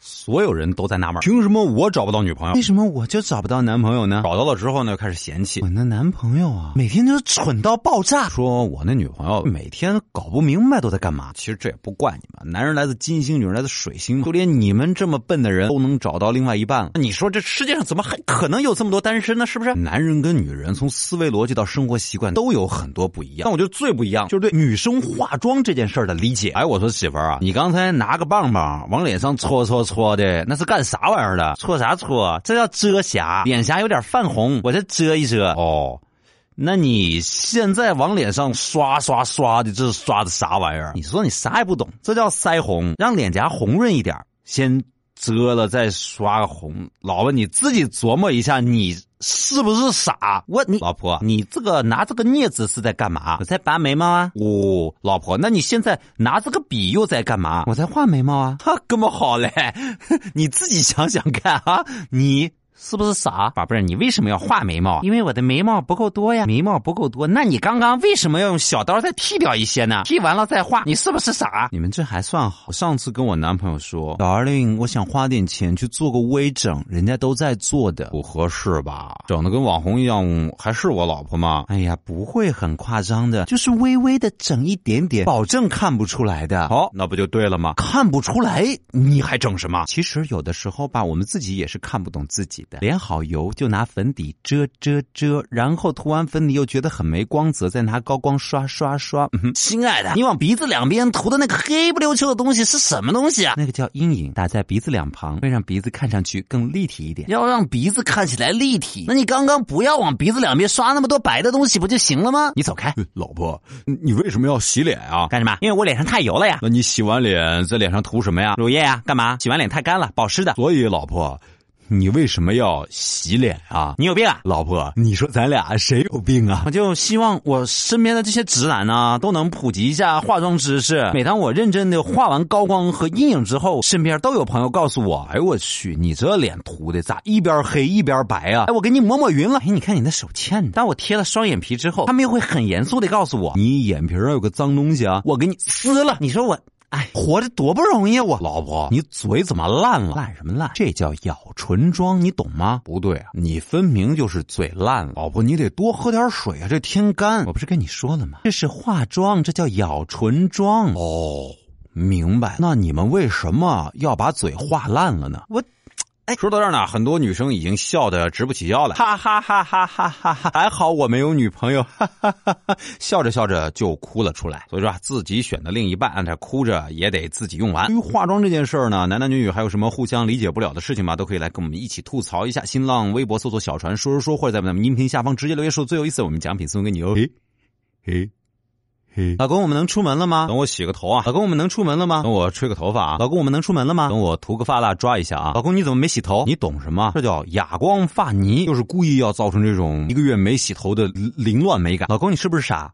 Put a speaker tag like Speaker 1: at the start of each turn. Speaker 1: 所有人都在纳闷，凭什么我找不到女朋友？为什么我就找不到男朋友呢？找到了之后呢，开始嫌弃我那男朋友啊，每天就是蠢到爆炸，说我那女朋友每天搞不明白都在干嘛。其实这也不怪你们，男人来自金星，女人来自水星，就连你们这么笨的人都能找到另外一半了。那你说这世界上怎么还可能有这么多单身呢？是不是？男人跟女人从思维逻辑到生活习惯都有很多不一样，但我觉得最不一样就是对女生化妆这件事儿的理解。哎，我说媳妇儿啊，你刚才拿个棒棒往脸上搓搓搓的，那是干啥玩意儿的？搓啥搓？这叫遮瑕，脸颊有点泛红，我再遮一遮。哦。那你现在往脸上刷刷刷的，这是刷的啥玩意儿？你说你啥也不懂，这叫腮红，让脸颊红润一点儿，先遮了再刷个红。老婆，你自己琢磨一下，你是不是傻？我你老婆，你这个拿这个镊子是在干嘛？我在拔眉毛啊。哦，老婆，那你现在拿这个笔又在干嘛？我在画眉毛 啊。哈，哥们好嘞，你自己想想看啊，你。是不是傻，宝贝儿？你为什么要画眉毛？因为我的眉毛不够多呀，眉毛不够多。那你刚刚为什么要用小刀再剃掉一些呢？剃完了再画，你是不是傻？你们这还算好。上次跟我男朋友说，darling，我想花点钱去做个微整，人家都在做的，不合适吧？整的跟网红一样，还是我老婆吗？哎呀，不会很夸张的，就是微微的整一点点，保证看不出来的。好、那不就对了吗？看不出来，你还整什么？其实有的时候吧，我们自己也是看不懂自己的。脸好油，就拿粉底遮遮遮，然后涂完粉底又觉得很没光泽，再拿高光刷刷刷。嗯哼、亲爱的，你往鼻子两边涂的那个黑不溜秋的东西是什么东西啊？那个叫阴影，打在鼻子两旁，会让鼻子看上去更立体一点。要让鼻子看起来立体，那你刚刚不要往鼻子两边刷那么多白的东西不就行了吗？你走开，
Speaker 2: 哎老婆，你你为什么要洗脸啊？
Speaker 1: 干什么？因为我脸上太油了呀。
Speaker 2: 那你洗完脸在脸上涂什么呀？
Speaker 1: 乳液呀、干嘛？洗完脸太干了，保湿的。
Speaker 2: 所以，老婆，你为什么要洗脸啊？
Speaker 1: 你有病啊！
Speaker 2: 老婆，你说咱俩谁有病啊？
Speaker 1: 我就希望我身边的这些直男呢、都能普及一下化妆知识。每当我认真的画完高光和阴影之后，身边都有朋友告诉我：“哎呦我去，你这脸涂的咋一边黑一边白啊？哎，我给你抹抹匀了。哎，你看你那手欠的。”当我贴了双眼皮之后，他们又会很严肃的告诉我
Speaker 2: 你眼皮上有个脏东西啊！
Speaker 1: 我给你撕了。你说我，哎，活着多不容易啊！我
Speaker 2: 老婆，你
Speaker 1: 你嘴怎么烂了？烂什么烂？这叫咬唇妆，你懂吗？
Speaker 2: 不对啊！
Speaker 1: 你分明就是嘴烂了。
Speaker 2: 老婆，你得多喝点水啊，这天干。
Speaker 1: 我不是跟你说了吗？这是化妆，这叫咬唇妆。
Speaker 2: 哦，
Speaker 1: 明白？
Speaker 2: 那你们为什么要把嘴画烂了呢？
Speaker 1: 我哎
Speaker 2: 说到这儿呢，很多女生已经笑得直不起腰来。
Speaker 1: 哈哈哈哈哈哈哈！还好我没有女朋友，哈哈哈哈！
Speaker 2: 笑着笑着就哭了出来。所以说啊，自己选的另一半，他哭着也得自己用完。对于化妆这件事儿呢，男男女女还有什么互相理解不了的事情吗？都可以来跟我们一起吐槽一下。新浪微博搜索“小船说说说”，或者在咱们音频下方直接留言说最有意思，我们奖品送给你哦。嘿，嘿，嘿。
Speaker 1: 老公，我们能出门了吗？
Speaker 2: 等我洗个头啊，
Speaker 1: 老公，我们能出门了吗？
Speaker 2: 等我吹个头发啊，
Speaker 1: 老公，我们能出门了吗？
Speaker 2: 等我涂个发蜡抓一下啊。
Speaker 1: 老公，你怎么没洗头？
Speaker 2: 你懂什么？这叫哑光发泥，就是故意要造成这种一个月没洗头的凌乱美感。
Speaker 1: 老公，你是不是傻？